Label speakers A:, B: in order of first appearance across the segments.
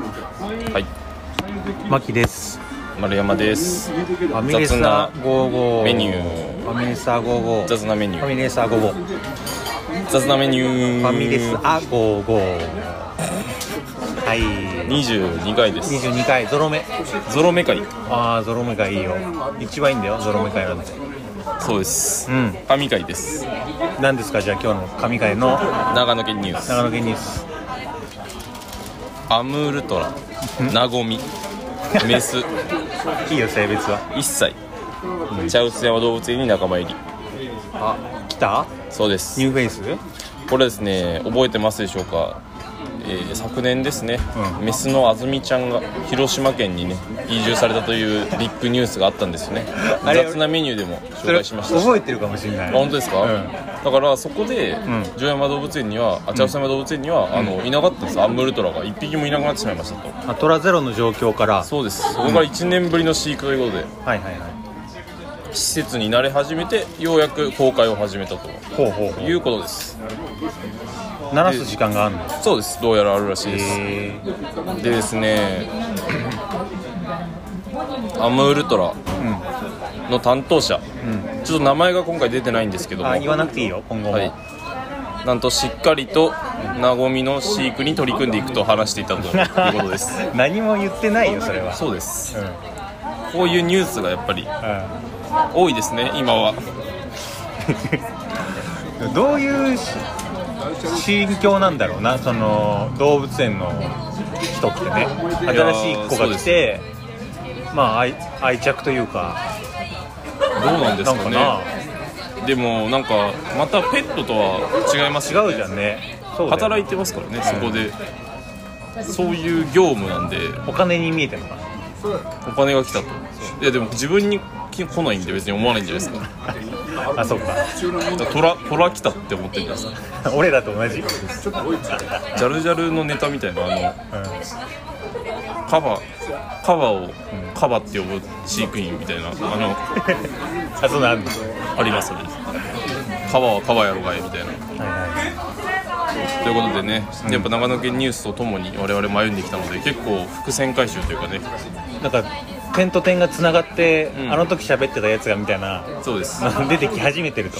A: はい
B: 牧です
A: 丸山です
B: ファミレスタ55
A: メニュー
B: ファミレスタ55
A: 雑なメニ
B: ファ
A: ュー
B: ミレスタ55フ
A: 雑なメニュー
B: ァミレスタ55はい
A: 22回です
B: 22回ゾロ目
A: ゾロ目会
B: ああゾロ目がいいよ一番いいんだよゾロ目会なんて
A: そうです
B: うん
A: 神会です
B: 何ですかじゃあ今日の神回の
A: 長野県ニュース
B: 長野県ニュース
A: アムールトラナゴミメス
B: いいよ性別は
A: 1歳茶臼山動物園に仲間入り
B: あ来た
A: そうです
B: ニューフェイス
A: これですね覚えてますでしょうか、えー昨年ですね、
B: う
A: メスのあずみちゃんが広島県にね移住されたというビッグニュースがあったんですよね
B: あれ
A: 雑なメニューでも紹介しましたし
B: 覚えてるかもしれない
A: あ本当ですか、
B: うん
A: だからそこで
B: ん
A: 城山動物園にはあ茶臼山動物園には、あのいなかったんですアンムルトラが一匹もいなくなってしまいましたと
B: あトラゼロの状況から
A: そうですそこから1年ぶりの飼育ということで
B: はいはいはい
A: 施設に慣れ始めてようやく公開を始めたと
B: ほうほうほ
A: いうことです
B: う鳴らす時間があるの
A: そうですどうやらあるらしいです、
B: へえ
A: でですねアムウルトラの担当者、ちょっと名前が今回出てないんですけども、
B: あ言わなくていいよ今後も、
A: はいなんとしっかりとナゴミの飼育に取り組んでいくと話していたということです
B: 何も言ってないよそれ は
A: そうです
B: うん、うん、
A: こういうニュースがやっぱり多いですね今は
B: どういうし心境なんだろうなその動物園の人ってね新しい子が来てまあ愛愛着というか
A: どうなんです
B: なん
A: か
B: か
A: ね
B: な
A: でもなんかまたペットとは違いますよ
B: 違
A: ね
B: うじゃんねそうだよ
A: 働いてますからねそこでそういう業務なんで
B: お金に見えてるのかな
A: お金が来たといやでも自分に来ないんで別に思わないんじゃないですか
B: あそうか
A: だ から虎虎来たって思ってるんです
B: 俺らと同じ、
A: ジャルジャルのネタみたいなあ
B: うん
A: のカバカバをカバって呼ぶ飼育員みたいなあ
B: あそうなんだ
A: のありますありますカバはカバやろがいみたいな
B: はい
A: ということでねやっぱ長野県ニュースとともに我々も歩んできたので結構伏線回収というかね
B: はい、なんか点と点がつながって、
A: ん
B: あの時喋ってたやつがみたいな
A: そうです
B: の出てき始めてると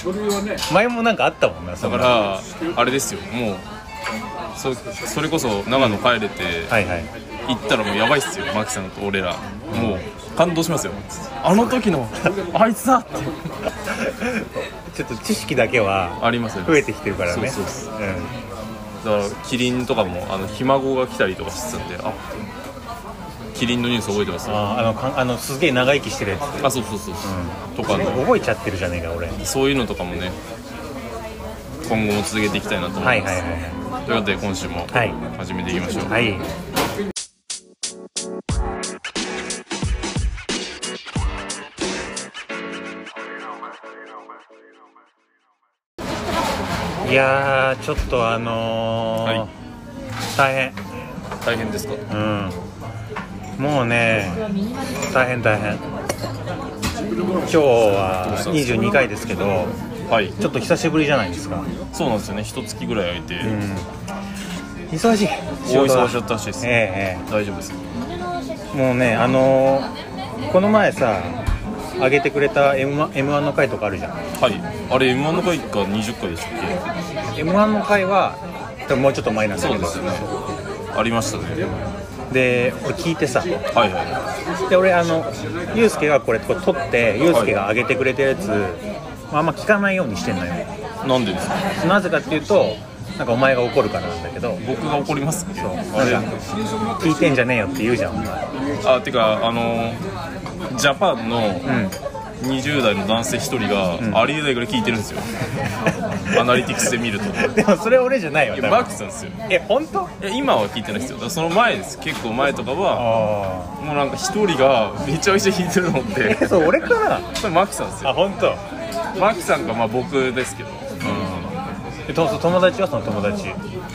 B: 前もなんかあったもんなそ
A: だ
B: ん
A: か
B: な
A: らあれですよもうそそれこそ長野帰れて
B: はいはい
A: 行ったらもうやばいっすよマキさんと俺らもう感動しますよあの時のあいつだって
B: ちょっと知識だけは
A: ありますよ
B: 増えてきてるからね
A: そうそうそうだからキリンとかもあのひ孫が来たりとかしてたんであキリンのニュース覚えてます
B: ん、
A: あ
B: ああのかあのすげえ長生きしてるやつ、
A: そうそうそう、とか
B: それ
A: の
B: 覚えちゃってるじゃねえか俺はい
A: そういうのとかもね今後も続けていきたいなと思
B: はいい
A: ま
B: は
A: す、
B: い
A: ということで今週も
B: はい
A: 始めていきましょう、
B: はいいやーちょっとあのー
A: はい
B: 大変
A: 大変ですか
B: うん、もうね、大変大変。今日は22回ですけど、
A: はい
B: ちょっと久しぶりじゃないですか。
A: そうなんですよね一月ぐらい空いて、
B: 忙しい。
A: 大忙し
B: 仕
A: だ
B: 事
A: っ
B: が
A: たらしいです、
B: え
A: 大丈夫です
B: えええもうね、あのーこの前さ、上げてくれた M1, M1 の回とかあるじゃん。
A: はいあれ m 1の回か20回でしたっけ
B: M1 の回は、多分もうちょっと前なんだ
A: そ
B: け
A: う
B: ど
A: で。すよね。ありましたね。
B: で、俺聞いてさ、
A: はいは
B: で俺あのユうスケがこれこう撮ってユうスケが上げてくれてるやつ、まああんま聞かないようにしてんのよ
A: い。なんでですか。
B: なぜかっていうとなんかお前が怒るからなんだけど
A: 僕が怒りますっけ。
B: そう
A: あれ
B: なんか聞いてんじゃねえよって言うじゃんお前
A: あ、てか、あのージャパンの
B: うん
A: 20代の男性一人が、ありえないぐらい聞いてるん ですよ。アナリティクスで見ると。い
B: でもそれ俺じゃないよ
A: や、
B: 多
A: マー
B: 分
A: クさんですよ。
B: え本当
A: いや、今は聞いてないですよ。だからその前です。結構前とかは、
B: あ
A: もうなんか一人がめちゃめちゃ聞いてるのっ
B: え
A: て。
B: そう俺かな
A: それマークさんです
B: あ
A: よ。
B: 本当
A: マークさんがまあ僕ですけど。
B: えと友達はその友達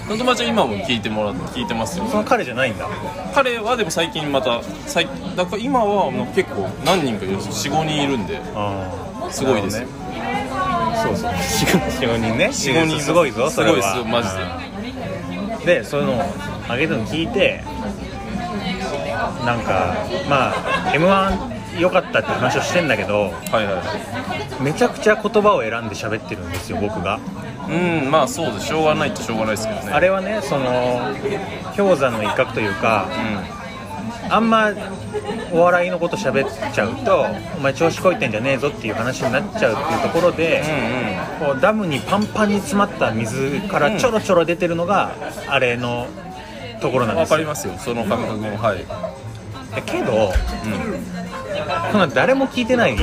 A: その友達は今も聞いてもらって聞いてますよ。
B: その彼じゃないんだ
A: 彼はでも最近また最だから今はなんか結構何人かいるんです45人いるんで
B: ああ
A: すごいですよ
B: そうそう45人ね
A: 45人
B: すごいぞそれは
A: すごいですマジで
B: でそういうのを上げてるの聞いてなんかまあ m 1良かったって話をしてんだけど
A: はいはい
B: めちゃくちゃ言葉を選んで喋ってるんですよ僕が
A: うんまあそうですしょうがないってしょうがないですけどね
B: あれはねその氷山の一角というか
A: う
B: あんまお笑いのこと喋っちゃうとお前調子こいてんじゃねえぞっていう話になっちゃうっていうところで、
A: んうんうん
B: こうダムにパンパンに詰まった水からちょろちょろ出てるのがあれのところなんで
A: わ
B: すよ
A: かりますよその感覚もはい
B: だけど、そんな誰も聞いてない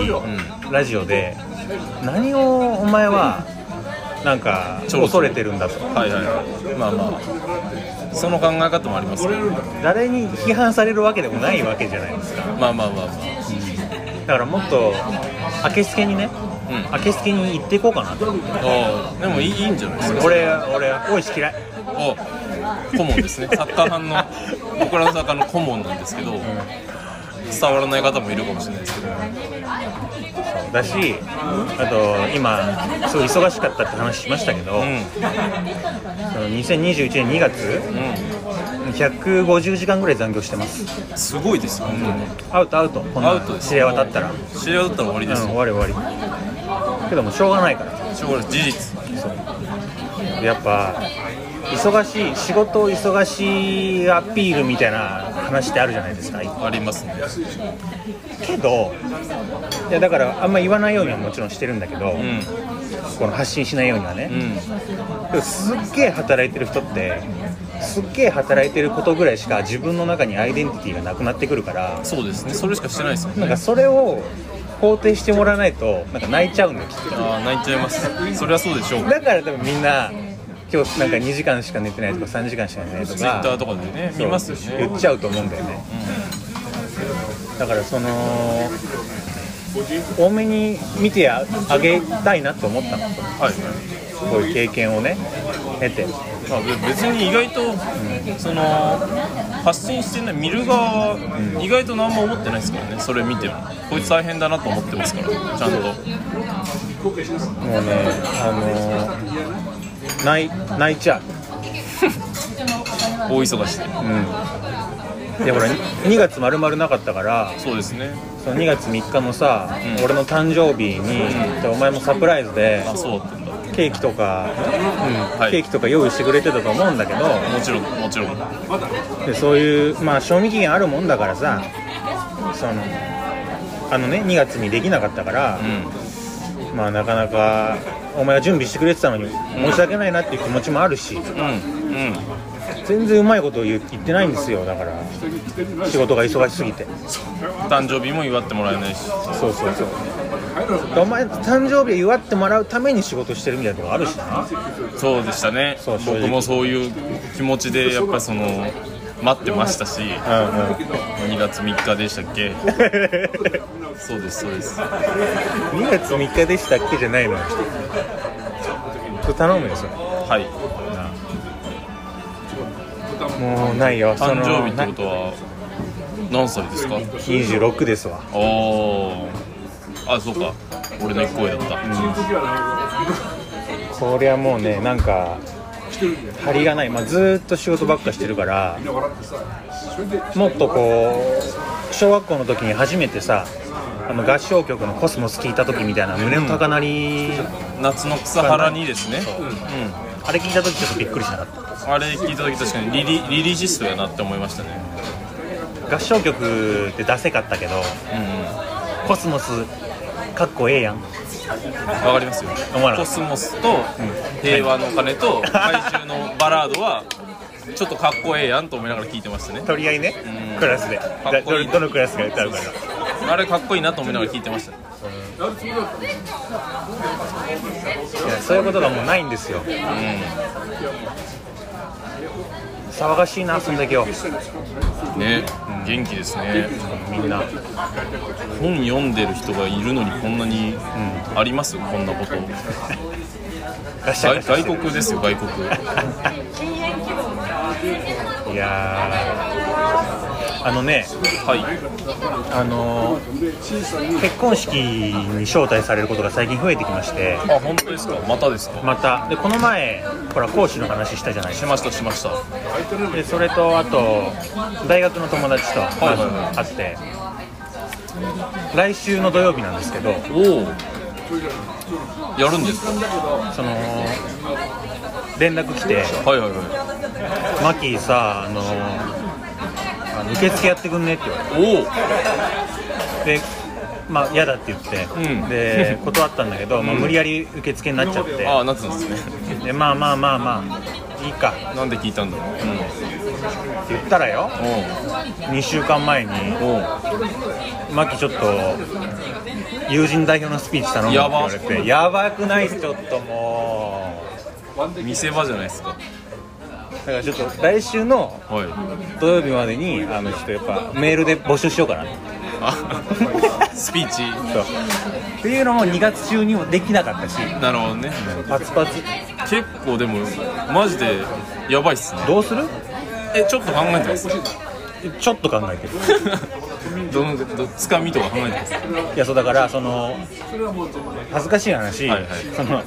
B: ラジオで、何をお前はなんか
A: ちょろちょ
B: 恐
A: ろ
B: れてるんだと
A: はいはいはいまあまあその考え方もありますけど
B: 誰に批判されるわけでもないわけじゃないですか
A: まあまあまあま
B: だからもっとあけすけにね、
A: うん
B: あけすけに言っていこうかなと
A: ああでもいいいいんじゃないですか
B: 俺俺大石嫌い
A: お顧問 ですねサッカー班の僕らのサッカーの顧問なんですけど伝わらない方もいるかもしれないですけど
B: だしあと今すごい忙しかったって話しましたけど、
A: うん
B: その2021年2月150時間ぐらい残業してます
A: うんすごいですよ本
B: アウトアウトこんな
A: アウトです
B: 知れ渡ったら
A: 当に知り合ったら終わり
B: う
A: で
B: ん、
A: す
B: 終
A: よ
B: わり終わりけどもしょうがないから
A: しょうがない事実
B: やっぱ忙しい仕事忙しいアピールみたいな話ってあるじゃないですか
A: ありますね
B: けどいやだからあんま言わないようにはもちろんしてるんだけど、
A: うん
B: この発信しないようには
A: う
B: ね、
A: ん
B: でもすっげえ働いてる人ってすっげえ働いてることぐらいしか自分の中にアイデンティティがなくなってくるから
A: そうですねそれしかしてないですよ
B: なん
A: ね
B: かそれを肯定してもらわないとなんか泣いちゃうんだよきっと
A: ああ泣いちゃいますそりゃそうでしょう
B: だから多分みんな今日なんか2時間しか寝てないとか3時間しか寝てないと
A: ツイッター
B: か
A: とかでね見ますよ
B: そう
A: ね
B: 言っちゃうと思うんだよね、だからその多めに見てあげたいなと思ったの
A: はい
B: こういう経験をね経て
A: まあ、べ別に意外と、その発信してない見る側は意外と何も思ってないですからねそれ見てもこいつ大変だなと思ってますからちゃんと
B: もうねあのー泣い泣いちゃう
A: 大忙しで
B: いやほら2月丸々なかったから
A: そうですね
B: その2月3日のさ、
A: うん
B: 俺の誕生日に、でお前もサプライズで
A: あそうだったんだも
B: ケーキとか、うん
A: はい
B: ケーキとか用意してくれてたと思うんだけど
A: ちろんもちろん
B: でそういうまあ賞味期限あるもんだからさそのあのね2月にできなかったから、
A: う
B: まあなかなかお前が準備してくれてたのに申し訳ないなっていう気持ちもあるし
A: んうんうん
B: 全然うまいこと言う言ってないんですよだから仕事が忙しすぎて
A: 誕生日も祝ってもらえないし
B: そうそうそうでお前誕生日祝ってもらうために仕事してるみたいなとこあるしな
A: そうでしたね
B: そう正直
A: 僕もそういう気持ちでやっぱりその待ってましたし
B: うんうん
A: 2月3日でしたっ けそうですそうです
B: 2月3日でしたっけじゃないのよちょっと頼むよそれ
A: はい
B: もうないよ
A: 誕生日って
B: な
A: ことは何歳ですか
B: 26ですわ
A: おーあそうか俺の1個上だった、
B: こりゃもうねなんか張りがない、まあ、ずーっと仕事ばっかしてるからもっとこう小学校の時に初めてさあの合唱曲の「コスモス」聴いた時みたいな胸の高鳴り、
A: 夏の草原にですね、
B: そう
A: う
B: あれ聴いた時ちょっとびっくりしなかった
A: ん、あれ聞いた時確かにリリリリジストやなって思いましたね
B: 合唱曲ってダセかったけど
A: うんうん
B: 「コスモス」かっこええやん
A: わかりますよ
B: 思わなか
A: コ
B: った
A: スモスと平和の鐘と怪獣のバラードはちょっとかっこええやんと思いながら聞いてました ね
B: 取り合いね
A: うん
B: クラスで
A: っ
B: だ
A: こ
B: ど
A: いい
B: どのクラスが歌うか
A: あれかっこいいなと思いながら聞いてました
B: らいやそういうことがもうないんですよ
A: う
B: 騒がしいなそんだけを
A: んね元気ですね
B: みんな
A: 本読んでる人がいるのにこんなにありますこんな こと
B: ガシャ
A: 外
B: ガシャして
A: 外
B: る
A: 国ですよ外国
B: いやあのね
A: はい
B: あの結婚式に招待されることが最近増えてきまして
A: あ本当ですかまたですか
B: またでこの前ほら講師の話したじゃないです
A: し
B: か
A: ましたしました
B: でそれとあと大学の友達と
A: はいはい
B: 会って来週の土曜日なんですけど
A: おおやるんですか
B: その連絡来て
A: はいはいは
B: 「マキーさあのあの受付やってくんね」って言わ
A: い
B: れ
A: おお
B: てでまあ嫌だって言って、
A: うん
B: で断ったんだけど、まあ、無理やり受付になっちゃって、
A: ああなってたんですね
B: でまあまあまあまあいいか
A: なんで聞いたんだろう
B: って言ったらよ2週間前に
A: うんおうおう
B: 「マキちょっと友人代表のスピーチ頼む」って言われて「やばくないちょっともう」
A: 見せ場じゃないですか
B: だからちょっと来週の
A: はい
B: 土曜日までにあのちょっとやっぱメールで募集しようかな
A: あ スピーチ
B: そうっていうのも2月中にもできなかったし
A: なるほどね
B: パツパツ
A: 結構でもマジでやばいっすね
B: どうする
A: えちょっと考えてます
B: ちょっと考えて る
A: どのどつかみとか考えてます
B: いやそうだからその恥ずかしい話、
A: はいはい
B: その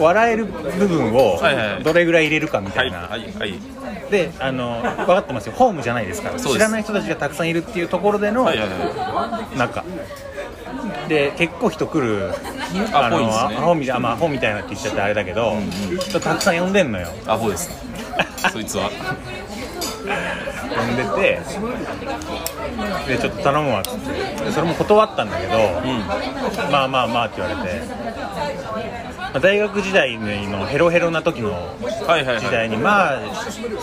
B: 笑える部分を
A: はいはい
B: どれぐらい入れるかみたいな、
A: はいはい
B: であの分かってますよホームじゃないですから
A: そうです
B: 知らない人たちがたくさんいるっていうところでの
A: はいはいは
B: 中で結構人来る
A: あ
B: の
A: 多いですね
B: アホみたいまあアホみたいなって言っちゃってあれだけど、人たくさん呼んでんのよ
A: いアホですねそいつは
B: 呼んでてでちょっと頼むわっつってでそれも断ったんだけど、まあまあまあって言われて、まあ大学時代のヘロヘロな時の
A: はいはい
B: 時
A: はい
B: 代にまあ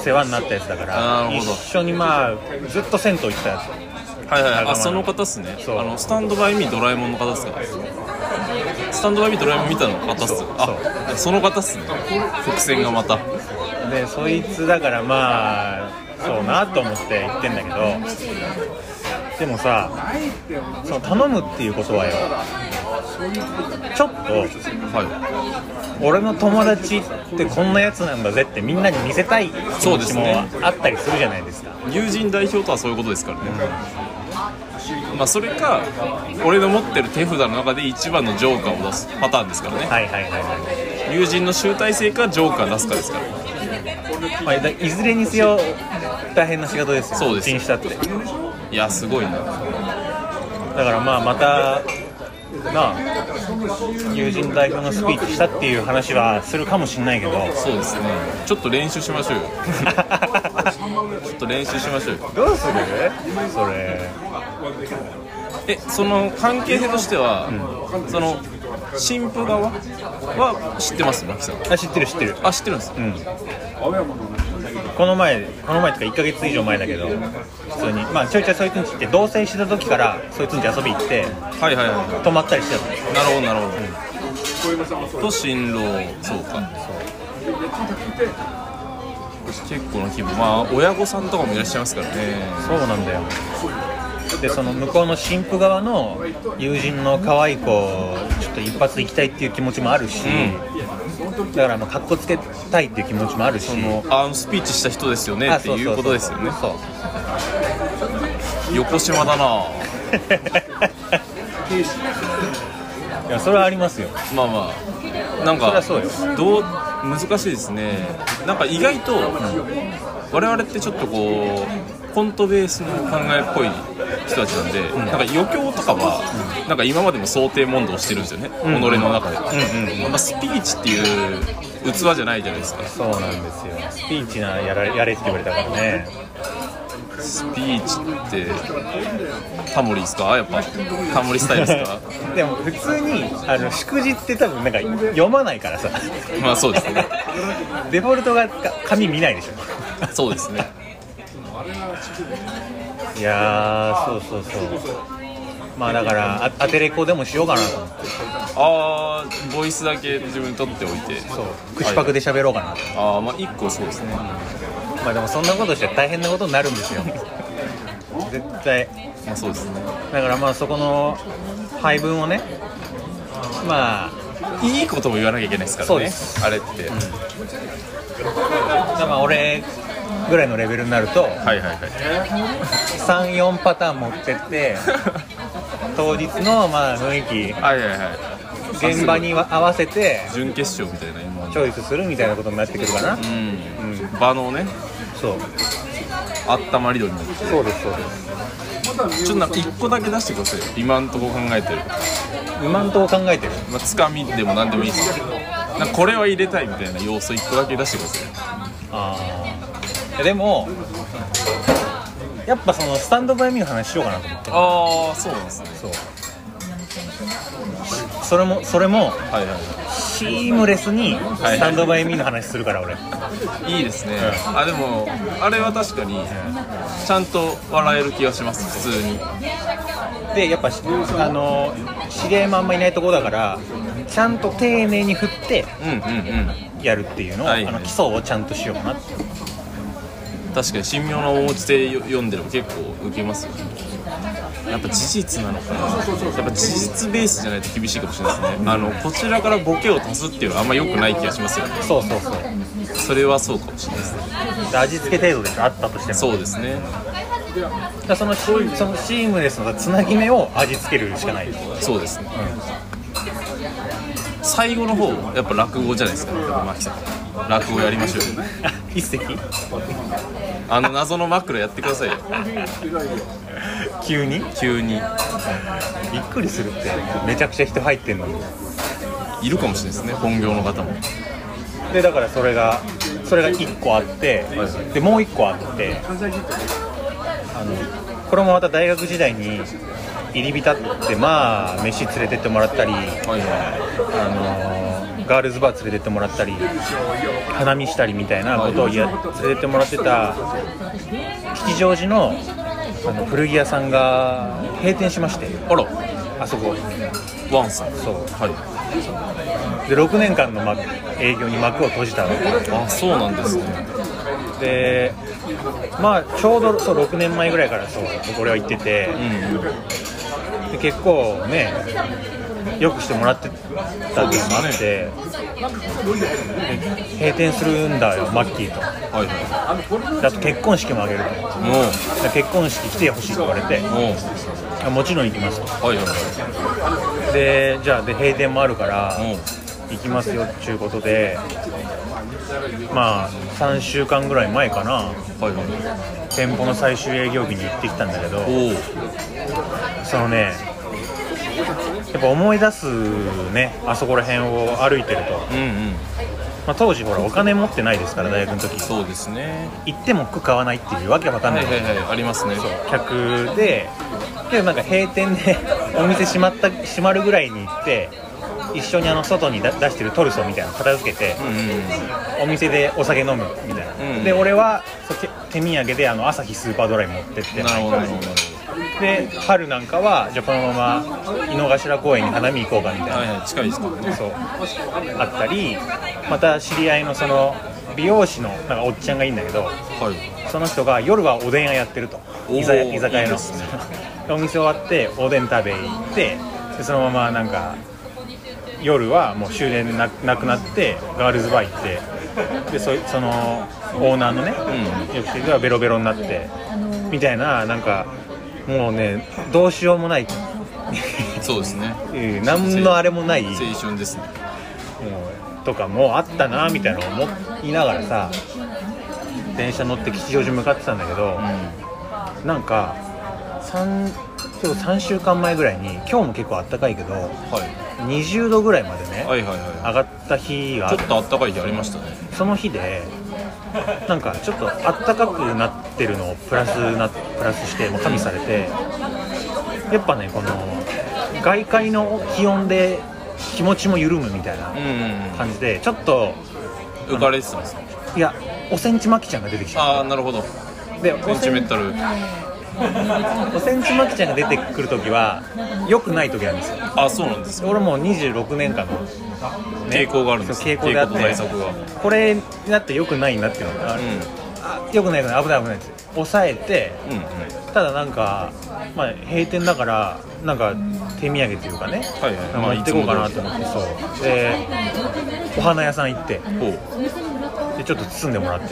B: 世話になったやつだか
A: な
B: ら
A: る
B: 一
A: ほど
B: 緒にまあずっと銭湯行ってたや
A: はいはいはいあその方っすね
B: そう
A: あのスタンドバイミードラえもんの方っすかスタンドバイミードラえもん見たの方っすあその方っすね伏線がまた
B: つでそいつだからまあそうなと思って行ってんだけどでもさその頼むっていうことはよちょっと
A: は
B: 俺の友達ってこんなやつなんだぜってみんなに見せたい気
A: そう
B: 持
A: で
B: ち
A: す
B: も
A: ね
B: あったりするじゃないですか
A: い友人代表とはそういうことですからねまあそれか俺の持ってる手札の中で一番のジョーカーを出すパターンですからね
B: はいはいはいは
A: 友人の集大成かジョーカー出すかですから
B: い、まあ、だいずれにせよ大変な仕事ですよ
A: そうです
B: 一日したってだ
A: いやすごいな
B: からまあまたなあ友人代表のスピーチしたっていう話はするかもしんないけど
A: そうですねちょっと練習しましょうよちょっと練習しましょうよ
B: どうするそれ
A: えその関係性としては、その新婦側は知ってますマキさん
B: あ知ってる知ってる
A: あ知ってるんです
B: うんこの前この前っていうか1ヶ月以上前だけど普通にまあちょいちょいそいつんち行って同棲してた時からそいつんち遊び行って
A: はいはいは
B: 泊まったりしてたの
A: いなるほどなるほど、と新郎そうか結構な規模まあ親御さんとかもいらっしゃいますからね
B: そうなんだよでその向こうの新婦側の友人の可愛い子をちょっと一発行きたいっていう気持ちもあるし、だからまあかっこつけたいっていう気持ちもあるしその
A: あのスピーチした人ですよねっていうことですよね
B: そう
A: 横島だない
B: やそれはありますよ
A: まあまあなんか
B: そりゃそ
A: どう難しいですねなんか意外と、我々ってちょっとこうコントベースの考えっぽい人たちなんで、なんか余興とかは、なんか今までも想定問答してるんですよね、
B: ん
A: 己の中で、
B: うんうん
A: やっぱスピーチっていう器じゃないじゃないですか
B: そうなんですよスピーチなやらやれって言われたからね
A: スピーチってタモリですかやっぱタモリスタイル ですか
B: でも普通にあの祝辞って多分なんか読まない からさ
A: まあそうですね
B: デフォルトがか紙見ないでし
A: そうですね
B: ょいやーそうそうそうまあだからあアテレコでもしようかなと思って
A: ああボイスだけ自分に取っておいて
B: そう口パクで喋ろうかなと
A: ああまあ1個そうですね
B: まあでもそんなことしたら大変なことになるん ですよ絶対
A: まあそうですね
B: だからまあそこの配分をねまあ
A: いいことも言わなきゃいけないですからね
B: そうです
A: あれって、
B: だからまあ俺ぐらいのレベルになると
A: はいはいはい
B: 34パターン持ってって当日のまあ雰囲
A: はいはいは
B: 気現場には合わせて
A: い準決勝みたいな今
B: チ
A: の
B: ョイスするみたいなことになってくるかな
A: うん
B: うん
A: 場のね
B: そう
A: あったまり度になって
B: そうですそうです
A: ちょっとなんか一個だけ出してくださいよ今んとこ考えてる
B: 今んとこ考えてる
A: まあ、つかみでも何でもいいですなんかこれは入れたいみたいな要素一個だけ出してくださ
B: ああでもやっぱそのスタンドバイミーの話しようかなと思って
A: いああそうなんですね
B: そうそれもそれも
A: はいはい
B: シームレスにスタンドバイミーの話するから俺
A: いいですね、あでもあれは確かにちゃんと笑える気がします普通に
B: でやっぱしあの知り合いもあんまいないとこだからちゃんと丁寧に振って
A: うんうんう
B: やるっていうのを、
A: はい
B: あの基礎をちゃんとしようかなって
A: ん確かに神妙なお持ちで読んでれば結構受けますよやっぱ事実なのかなやっぱ事実ベースじゃないと厳しいかもしれないですねあのこちらからボケを足すっていうのはあんま良くない気がしますよね
B: そうそうそう
A: それはそうかもしれないですね
B: で味付け程度であったとしても
A: そうですね
B: だからそのシーそのシームレスのつなぎ目を味付けるしかない
A: そうですね、最後の方やっぱ落語じゃないですかやっぱ牧さん落語やりましょうよ
B: あ一石
A: あの謎の枕やってくださいよ
B: 急に
A: 急に
B: びっくりするってめちゃくちゃ人入ってんのに
A: いるかもしれないですね本業の方も
B: でだからそれがそれが1個あって、でもう1個あってあのこれもまた大学時代に入り浸ってまあ飯連れてってもらったり、
A: はいは
B: あのガールズバー連れてってもらったり花見したりみたいなことをや連れてってもらってた吉祥寺のあの古着屋さんが閉店しまして
A: いあら
B: あそこ
A: ワンさん
B: そう
A: は
B: で6年間の幕営業に幕を閉じたわけ
A: いあそうなんですね
B: でまあちょうどそう6年前ぐらいからそう俺は行ってて
A: うん
B: で結構ねよくしてもらってたっていうのもあってで閉店するんだよマッキーと
A: はいは
B: だと結婚式もあげる
A: い
B: と
A: もう
B: で結婚式来てほしいと言われて
A: もう
B: あもちろん行きますと
A: はいは
B: でじゃあで閉店もあるから
A: いもう
B: 行きますよっちゅうことでまあ3週間ぐらい前かな
A: はいはい
B: 店舗の最終営業日に行ってきたんだけど
A: おお
B: そのねやっぱ思い出すねあそこら辺を歩いてると、
A: うんうん
B: まあ、当時ほらお金持ってないですから大学の時
A: そうですね
B: 行っても服買わないっていうわけわかん
A: は
B: ないい
A: はいはいありますね
B: 客ででなんか閉店でお店閉まった閉まるぐらいに行って一緒にあの外に出出してるトルソーみたいなの片付けて
A: うんうん
B: お店でお酒飲むみたいな、
A: うん
B: で俺はそう手手土産であの朝日スーパードライ持ってって
A: なるほどなるほどなるほ
B: で春なんかはじゃあこのまま井の頭公園に花見行こうかみたい
A: ど
B: な
A: はいはい近いですからね
B: そうあったりまた知り合いのその美容師のなんかおっちゃんがいいんだけど
A: はい
B: その人が夜はおでん屋やってると
A: おー
B: 居酒屋居酒屋の
A: いいです ね
B: お店終わっておでん食べ行ってでそのままなんか夜はもう終電ななくなってガールズバー行ってでそそのオーナーのね、よくてがベロベロになってみたいななんかもうねどうしようもない
A: そうですね
B: うん何のあれもない
A: 青春ですね
B: うんとかもあったなみたいなのを思いながらさ電車乗って吉祥寺向かってたんだけど、なんか 3, 今日3週間前ぐらいに今日も結構あったかいけど
A: は
B: 20度ぐらいまで
A: い、
B: ね、
A: はいはいは
B: 上がった日があ
A: い
B: っ
A: ちょっとあったかい日ありましたね
B: その日でなんかちょっとあったかくなってるのをプラスなプラスしてもう加味されてやっぱねこの外界の気温で気持ちも緩むみたいな
A: うんうん
B: 感じでちょっと
A: うん浮かれてたんですか
B: いやおセンチマキちゃんが出てきちゃ
A: ああなるほど
B: うでお
A: センチメン
B: ン
A: タル
B: おセンチマキちゃんが出てくる時は良くない時なんですよ
A: あそうなんですか
B: 俺もう26年間の、
A: 傾向があるんです
B: そう傾向であっ
A: 傾向と対策
B: て
A: が
B: これになって良くないなっていうのがある、
A: うん
B: あ良くないから危ない危ないって抑えて
A: うんうん
B: ただなんか、まあ、閉店だからなんか手土産というかね、
A: はいはい
B: なんか持ってこうかなと思ってそうでお花屋さん行って
A: ほう
B: でちょっと包んでもらって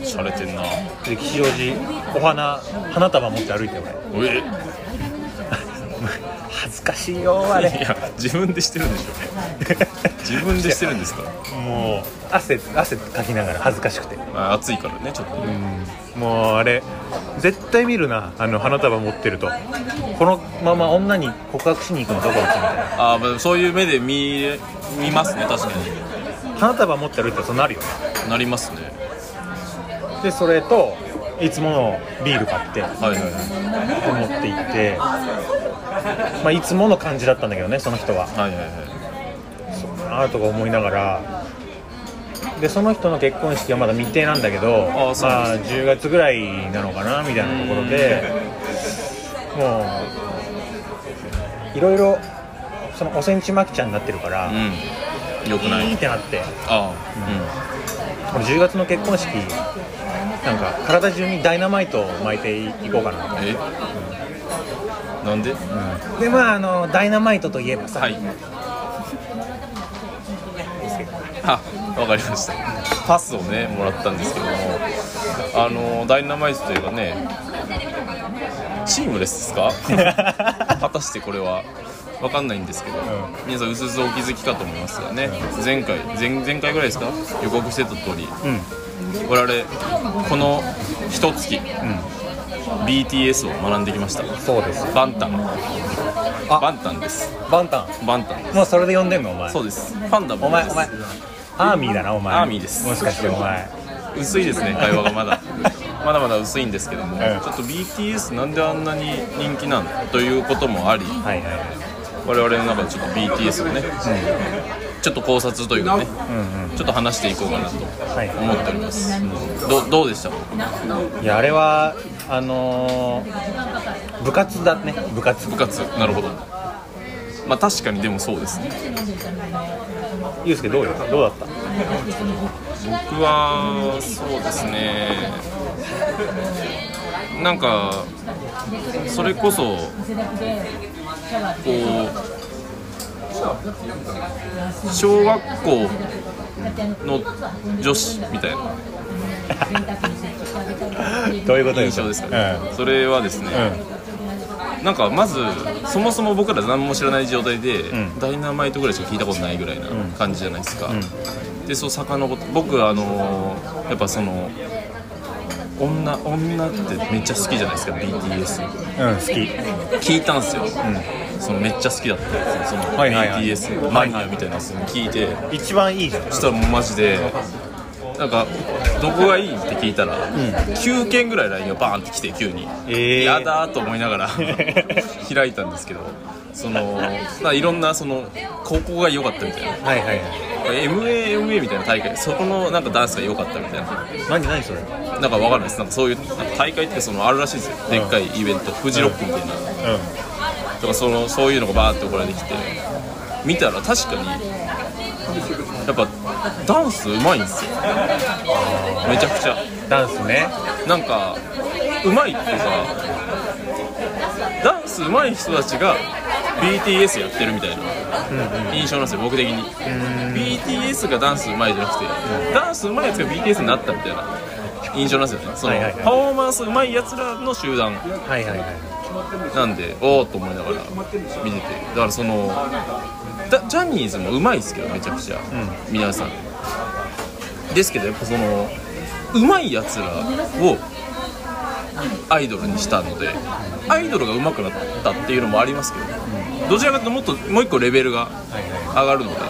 A: おおしゃれてんな
B: で吉祥寺お花花束持って歩いて俺
A: おえ
B: 恥ずかしいよあ
A: い
B: れ
A: や自分でしてるんでしょ自分でしてるんですか
B: もう汗汗かきながら恥ずかしくて
A: あ暑いからねちょっとね
B: もうあれ絶対見るなあの花束持ってるとこのまま女に告白しに行くのどこ行くみたいな
A: あーまあそういう目で見見ますね確か
B: 花束持って歩いたらそうなるよね
A: になりますね
B: でそれといつものビール買って
A: はいはいは
B: 持って行って、まあ、いつもの感じだったんだけどねその人はい
A: はいはいはい
B: そうだなとか思いながらでその人の結婚式はまだ未定なんだけど
A: あそう
B: ま
A: な
B: あ、10月ぐらいなのかなみたいなところでもういろいろそのおセンチマキちゃんになってるから、
A: うんよくない
B: い
A: い
B: ってなって
A: ああ
B: 俺10月の結婚式なんか体中にダイナマイトを巻いていこうかな
A: うんえなんで
B: でまああのダイナマイトといえばさ、
A: はいあわかりましたパスをねもらったんですけどもあのダイナマイトというかねチームレスですか 果たしてこれはわかんないんですけど、皆さんうすうすお気づきかと思いますがね、前回前前回ぐらいですか予告してた通り、我々この一月、BTS を学んできました
B: そうです
A: バンタン
B: あ
A: バンタンです
B: バンタン
A: バンタン
B: もうそれで呼んでんのお前
A: そうですパンダも
B: お前お前アーミーだなお前
A: アーミーです
B: もしかしてお前
A: 薄いですね会話がまだまだまだ薄いんですけども、
B: ん
A: ちょっと BTS なんであんなに人気なのということもあり
B: はいはいはい
A: 我々の中でちょっと BTS をね、ちょっと考察というかね、ちょっと話していこうかなと
B: はい
A: 思っております、どどうでした
B: いやあれはあのー部活だね部活
A: 部活なるほどまあ確かにでもそうですね
B: ゆうすけどうよどうだった
A: 僕はそうですねなんかそれこそこう小学校の女子みたいな
B: どういうこと
A: 印象ですかね、それはですね、なんかまずそもそも僕ら何も知らない状態で、ダイナマイトぐらいしか聞いたことないぐらいな感じじゃないですか、でそう遡って僕あのーやっぱその女女ってめっちゃ好きじゃないですか BTS
B: うん、うん、好き
A: 聞いたんすよ、そのめっちゃ好きだったんですよその
B: はいはいはい
A: BTS マニアみたいなやつに聞いて、
B: 一番いいじ ゃん
A: そしたらもうマジでなんかどこがいいって聞いたら、9件ぐらい LINE がバーンって来て急に、
B: えー
A: やだーと思いながら 開いたんですけどそのまあいろんなその高校が良かったみたいな
B: はいはいはい
A: MAMA みたいな大会そこのなんかダンスが良かったみたいな
B: 何何それ
A: なんかわかんないですなんかそういうなんか大会ってそのあるらしいですよでっかいイベントフジロックみたいな
B: う
A: とかそのそういうのがバーって送られてきて見たら確かにやっぱダンスうまいんですよめちゃくちゃ
B: んダンスね
A: なんかうまいっていうかダンスうまい人たちが BTS やってるみたいな印象なんですよ僕的に BTS がダンスうまいじゃなくてダンスうまいやつが BTS になったみたいな印象なんですよねそのパ
B: はいはいはい
A: フォーマンスうまいやつらの集団
B: はいはいはい
A: なんでおおと思いながら見ててだからそのだジャニーズもうまいですけどめちゃくちゃ、皆さんですけどやっぱそのうまいやつらをアイドルにしたのでアイドルがうまくなったっていうのもありますけど、どちらかというともっともう一個レベルが上がるので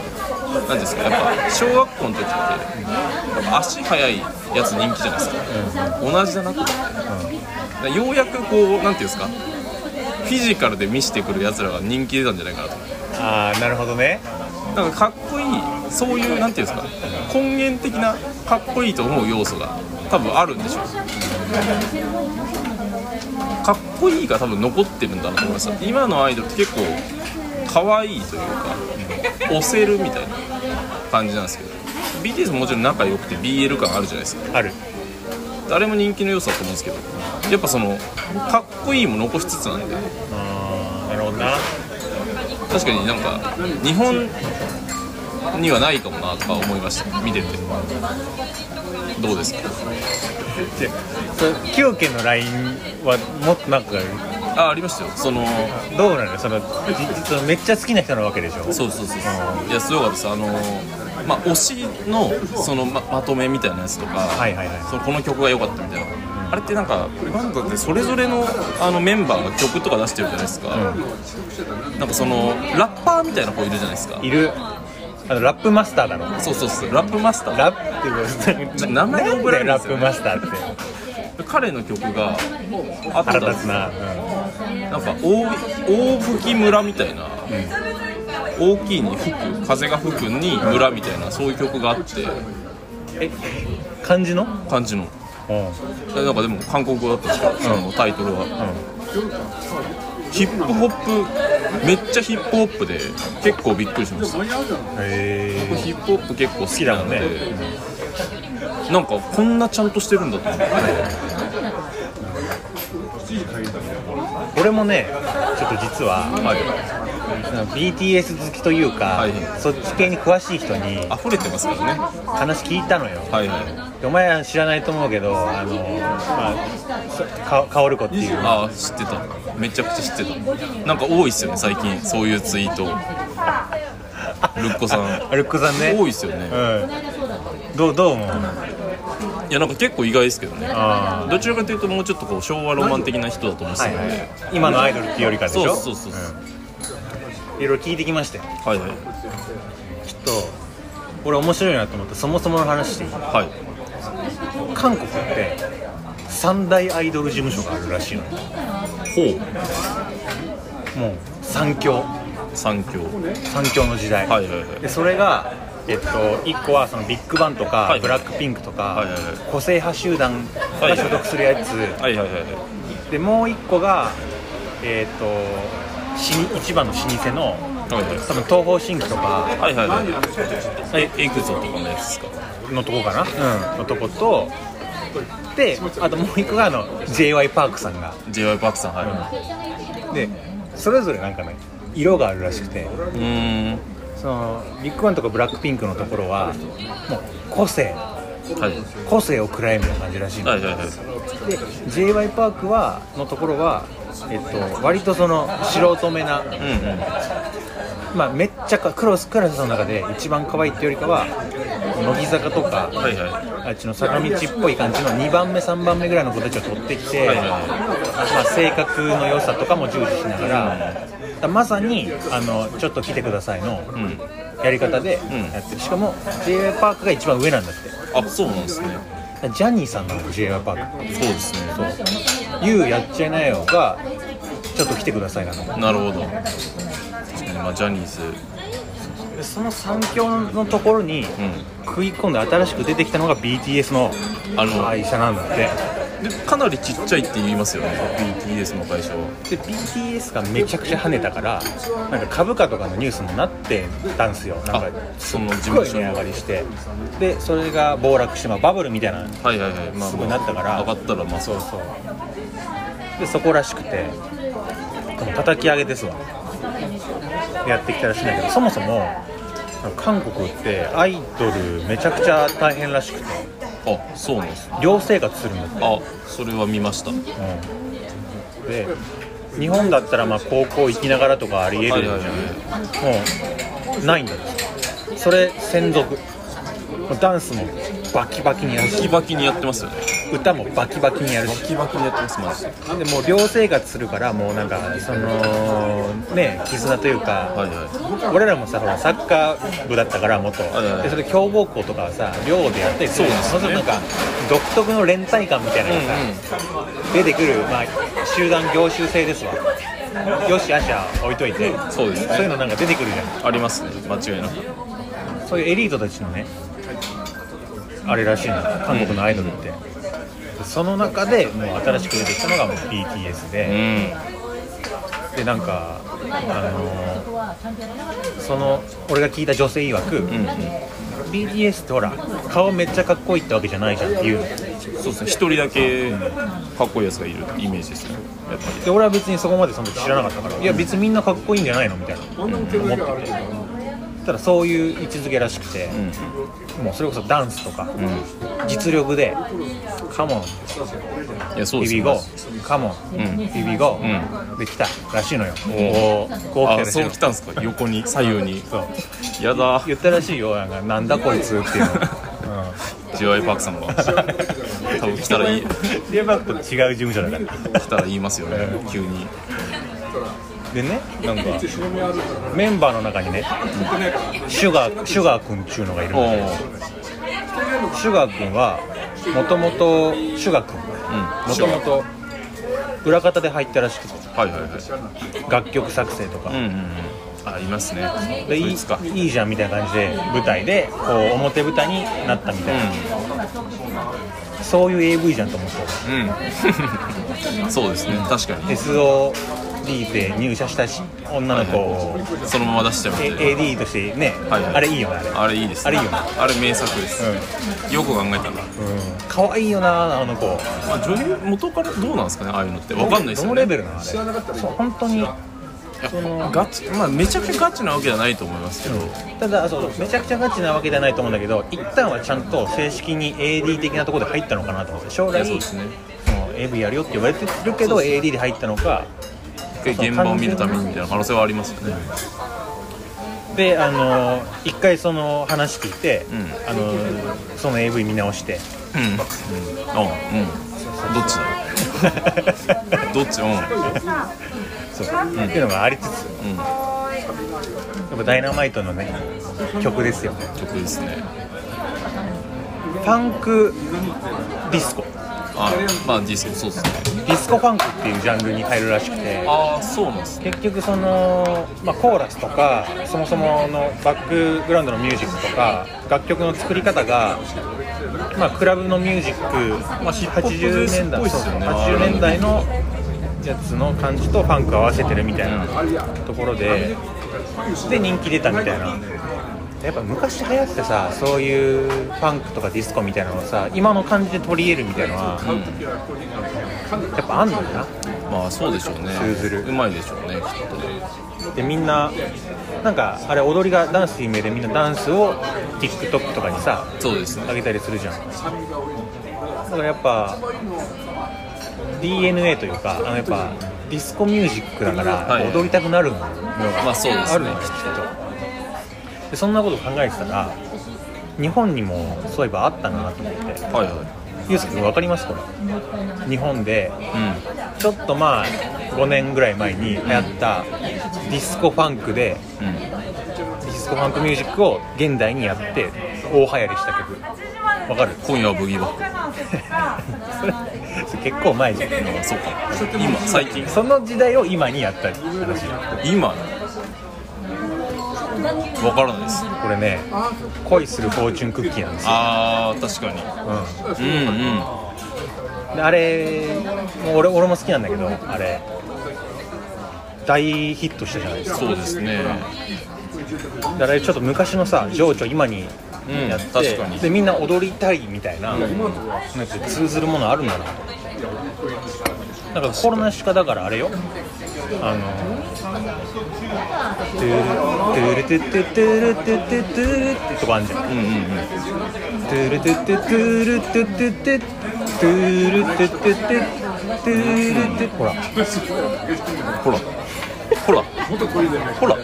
A: 何ですかやっぱ小学校の時ってやっぱ足速いやつ人気じゃないですか、同じだなと思って、だからようやくこうなんていうんですかフィジカルで見せてくるやつらが人気出たんじゃないかなと
B: ああなるほどね
A: なんかかっこいいそういうなんていうんですか根源的なかっこいいと思う要素が多分あるんでしょうかっこいいが多分残ってるんだなと思いました今のアイドルって結構可愛いというか押せるみたいな感じなんですけど BTS ももちろん仲良くて BL 感あるじゃないですか
B: ある
A: 誰も人気の要素だと思うんですけどやっぱそのかっこいいも残しつつなんで
B: あーなるほどな
A: 確かになんか日本にはないかもなとか思いました見ててどうですか
B: 9件の LINE はもっとなんか
A: あありましたよその
B: どうなのそのそのめっちゃ好きな人なわけでしょ
A: そうそうそうそういやすごかったですあのーまあ推しのそのままとめみたいなやつとか、
B: はいはいはい
A: そのこの曲が良かったみたいなあれってなんかバンドってそれぞれのあのメンバーが曲とか出してるじゃないですか、なんかそのラッパーみたいな子いるじゃないですか
B: いるあのラップマスターだろ
A: そうそうそうラップマスター
B: ラップって
A: ちょ名前が覚えられない
B: ラ
A: で
B: ッ
A: すよ
B: プ
A: ね
B: マスターって
A: 彼の曲があったん
B: 腹
A: で
B: 立つ
A: す
B: な、うん
A: なんか大大吹村みたいな、大きいに吹く風が吹くに村みたいなそういう曲があって
B: え漢字の
A: 感じの
B: うん
A: えなんかでも韓国語だったんですよ、そのタイトルは、ヒップホップめっちゃヒップホップで結構びっくりしました
B: へ
A: ヒップホップ結構好きなので、
B: 好き
A: なんかこんなちゃんとしてるんだと思って
B: え俺もねちょっと実は
A: はい
B: その BTS 好きというか、
A: はい
B: そっち系に詳しい人に
A: 溢れてますからねは
B: 話聞いたのよ
A: いはい
B: お前は知らないと思うけどあの、まあそか、かおる子っていう
A: ああ知ってためちゃくちゃ知ってたなんか多いっすよね最近そういうツイートルッコさん
B: あルッコさんね
A: 多いっすよね
B: うんどうどう思う
A: いやなんか結構意外ですけどね
B: あ
A: どちらかというともうちょっとこう昭和ロマン的な人だと思って
B: ー
A: た
B: はい
A: ので、
B: はい今のアイドルっていうよりかでしょ
A: そうそうそうそ
B: うんいろいろ聞いてきましたよ
A: はいはい
B: きっと俺面白いなと思ったそもそもの話で
A: はい
B: 韓国って三大アイドル事務所があるらしいのよ
A: ほう
B: もう三強
A: 三強は
B: 三強の時代、
A: いはいはい
B: でそれが、えっと、1個はそのビッグバンとか、
A: はい
B: ブラックピンクとか、
A: はいはいはい
B: 個性派集団が所属するやつ、
A: はいはいはいはい
B: でもう1個が、えっとしに一番の老舗の
A: はいはい
B: 多分東方神起とか
A: はいはいはいえエグゾとかのやつですか
B: のとこかな、うん、のとことであともう1個があの j y パークさんが
A: j y パークさんは
B: でそれぞれなんかね色があるらしくて
A: いうーん
B: そのビッグバンとかブラックピンクのところはもう個性
A: はい
B: 個性を食らえみたいな感じらしいの
A: はいはいはい
B: で j y パークはのところは、えっと、割とその素人目な、
A: うんうんは
B: まあ、めっちゃかクロスクラスの中で一番可愛いっていうよりかは乃木坂とか、
A: いは
B: あっちの坂道っぽい感じの2番目3番目ぐらいの子たちを取ってきて、
A: はいはい
B: まあ、性格の良さとかも重視しながらだからまさにあの「ちょっと来てください」の
A: いうん
B: やり方で
A: うん
B: やってる、しかも j y パークが一番上なんだってだか
A: あそうなんですね
B: らジャニーさんなの j y パーク
A: そうですね
B: 「YOU やっちゃいなよ」が「ちょっと来てください」なの
A: なるほど確かにまあジャニーズ
B: でその三強のところに
A: う
B: 食い込んで新しく出てきたのが BTS の
A: あの
B: 会社なんだって
A: んでかなりちっちゃいって言いますよね BTS の会社は
B: で BTS がめちゃくちゃ跳ねたからなんか株価とかのニュースもなってたんですよな
A: あ
B: んか
A: その事
B: す
A: 務
B: ごい
A: 所
B: 値
A: に
B: 上
A: は
B: が
A: い
B: りしてでそれが暴落してまあバブルみたいな
A: はいはいまあ
B: すごいなったから
A: 上がったらまあそう
B: そうそうでそこらしくてこの叩き上げですわやってきたらしいんだけどそもそも韓国ってアイドルめちゃくちゃ大変らしくて
A: あそうなんですね
B: 寮生活するんだって
A: あそれは見ました
B: うんで日本だったらまあ高校行きながらとかありえるじゃん、
A: はいはい
B: もうないんだよそれ専属もうダンスもバキバキにやる
A: バキ
B: し
A: バキにやってますよね
B: 歌もバキバキにやるし
A: キバキにやってますマジで
B: でもう寮生活するからもうなんかそのね絆というか、
A: はいは
B: 俺らもさほらサッカー部だったから元、
A: はいはい
B: でそれ強豪校とかはさ寮でやったりするじゃん
A: そうですよね
B: そうするとなんか独特の連帯感みたいなのがさ、出てくる、まあ、集団業種制ですわよしあしゃ置いといて
A: そうですね
B: そういうのなんか出てくるじ
A: ありますね間違いなく
B: ゃんそういうエリートたちのねあれらしいな韓国のアイドルって、その中でもう新しく出てきたのがもう BTS
A: う
B: で、
A: ん
B: でなんかあのーその俺が聞いた女性曰く、
A: うん
B: BTS ってほら顔めっちゃかっこいいってわけじゃないじゃんっていうの
A: そうですね一人だけかっこいいやつがいるイメージですねやっぱ
B: で俺は別にそこまでその時知らなかったからいや別にみんなかっこいいんじゃないのみたいな、思っててただそういう位置づけらしくて、
A: うん
B: もうそれこそダンスとか、実力で「カモン
A: いやそうで
B: ビ
A: す
B: ビゴーカモン、ビビゴー、
A: う
B: できたらしいのよ
A: お
B: こう
A: お
B: 来てる
A: あ
B: でしょ
A: そう来たんすか横に左右に
B: そう
A: やだ
B: 言ったらしいよなんかなんだこいつっていうの、うん、
A: ジュアイパークさん が多 分来たらいい
B: リエバックと違う事務所だから
A: 来たら言いますよね急に
B: でねなんかメンバーの中にね、シュガーシュガー君っちゅうのがいるん
A: おお
B: だけどシュガー君はもともとシュガー君もともと裏方で入ったらしくて
A: はいはいは
B: 楽曲作成とか、
A: いうんうんうんありますね
B: でい
A: い
B: い
A: つか
B: いいじゃんみたいな感じで舞台でこう表舞台になったみたいな、そういう AV じゃんと思って
A: うんうん そうですね確かに
B: SOD で入社したし女の子を
A: そのまま出しちゃうみたいな
B: A- AD としてね、
A: はいはい
B: あれいいよねあれ
A: あれいいです
B: あれいいよね
A: あれ名作ですよく考えたら
B: 可愛いよなあの子
A: まあ女優元からどうなんですかねああいうのってわかんないです
B: ど
A: よ
B: のレ
A: ね
B: ベルなのあれそう本当
A: い
B: に
A: やガチまあめちゃくちゃガチなわけじゃないと思いますけど
B: ただそうめちゃくちゃガチなわけじゃないと思うんだけど一旦はちゃんと正式に AD 的なところで入ったのかなと思って将
A: い
B: 来
A: やそうですね
B: AV やるよって言われてるけど AD で入ったのか
A: 一回現場を見るためにみたいな可能性はありますよね
B: であのー一回その話聞いて、
A: う
B: あのーその AV 見 直して
A: うんうんうんどっちだどっちうん
B: そう、っていうのがありつつ
A: う
B: やっぱ「ダイナマイトのね曲ですよね
A: ん曲ですね
B: パンクディスコ
A: あまあディスコそうですね
B: ディスコファンクっていうジャンルに入るらしくて
A: ああそうなんですね
B: 結局その、まあ、コーラスとかそもそものバックグラウンドのミュージックとか楽曲の作り方が、まあ、クラブのミュージック、まあ、
A: ヒップホップベー
B: 80
A: スっ
B: 年
A: ぽい
B: 代
A: っすよね
B: 80年代のやつの感じとファンク合わせてるみたいなところで、で人気出たみたいな。やっぱ昔流行ってさそういうファンクとかディスコみたいなのをさ今の感じで取り入れるみたいなのは、やっぱあんのよな
A: まあそうでしょうね
B: 通ずる
A: うまいでしょうねきっとね
B: でみんななんかあれ踊りがダンス有名でみんなダンスを TikTok とかにさ
A: そうですね
B: 上げたりするじゃんだからやっぱ DNA というかあのやっぱディスコミュージックだから、
A: はい
B: 踊りたくなるのが
A: まあそうですね
B: あるのよきっとでそんなこと考えてたら日本にもそういえばあったなと思って
A: はいはい
B: ゆうすけ君分かりますこれ日本で
A: う
B: ちょっとまあ5年ぐらい前に流行ったディスコファンクで
A: んうん
B: ディスコファンクミュージックを現代にやって大流行りした曲わかる
A: 今夜はブギー バッ
B: それそれ結構前じゃん
A: クあそうか今最近
B: その時代を今にやった話
A: 今わからないです
B: これね恋するフォーチュンクッキーなんですよ、
A: あー確かに
B: う
A: うんうん
B: ん、であれもう俺俺も好きなんだけどあれ大ヒットしたじゃないですか
A: そうですね
B: であれちょっと昔のさ情緒今に
A: うん
B: やって、
A: 確かに
B: でみんな踊りたいみたいな、なんか通ずるものあるんだなとだからコロナしかだからあれよあの「トゥルトゥルトゥトゥルトゥトゥトゥル」ってとこあるじゃん
A: うんうんうん
B: 「トゥルトゥトゥトゥルトゥトゥトゥトゥルトゥトゥトゥトゥルトゥ」ほら
A: ほらほらほら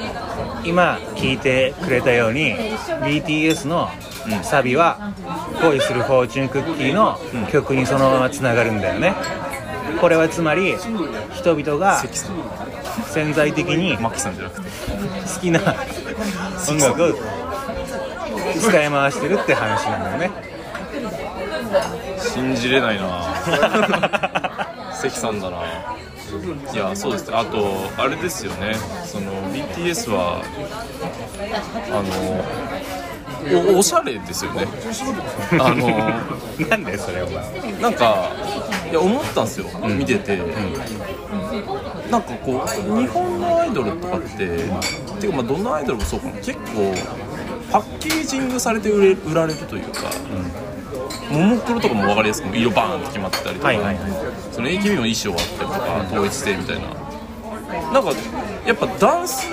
B: 今聞いてくれたように BTS のサビは「恋するフォーチュンクッキー」の曲にそのままつながるんだよねこれはつまり人々が
A: 関さん
B: 潜在的に好
A: マキさんじゃなくて
B: きな音楽を使い回してるって話なんだよね
A: 信じれないな関さんだないやそうですねあとあれですよねその BTS はあのおおしゃれですよねあの
B: なんだよそれお前
A: なんかいや思ったんですよ、見てて、なんかこう日本のアイドルとかって、ていうかまあどんなアイドルもそうかな結構パッケージングされて売れ売られるというか、ももクロとかも分かりやすく色バーンって決まってたりとか、
B: はいはいは
A: その AKB の衣装があったりとか、統一性みたいななんかやっぱダンス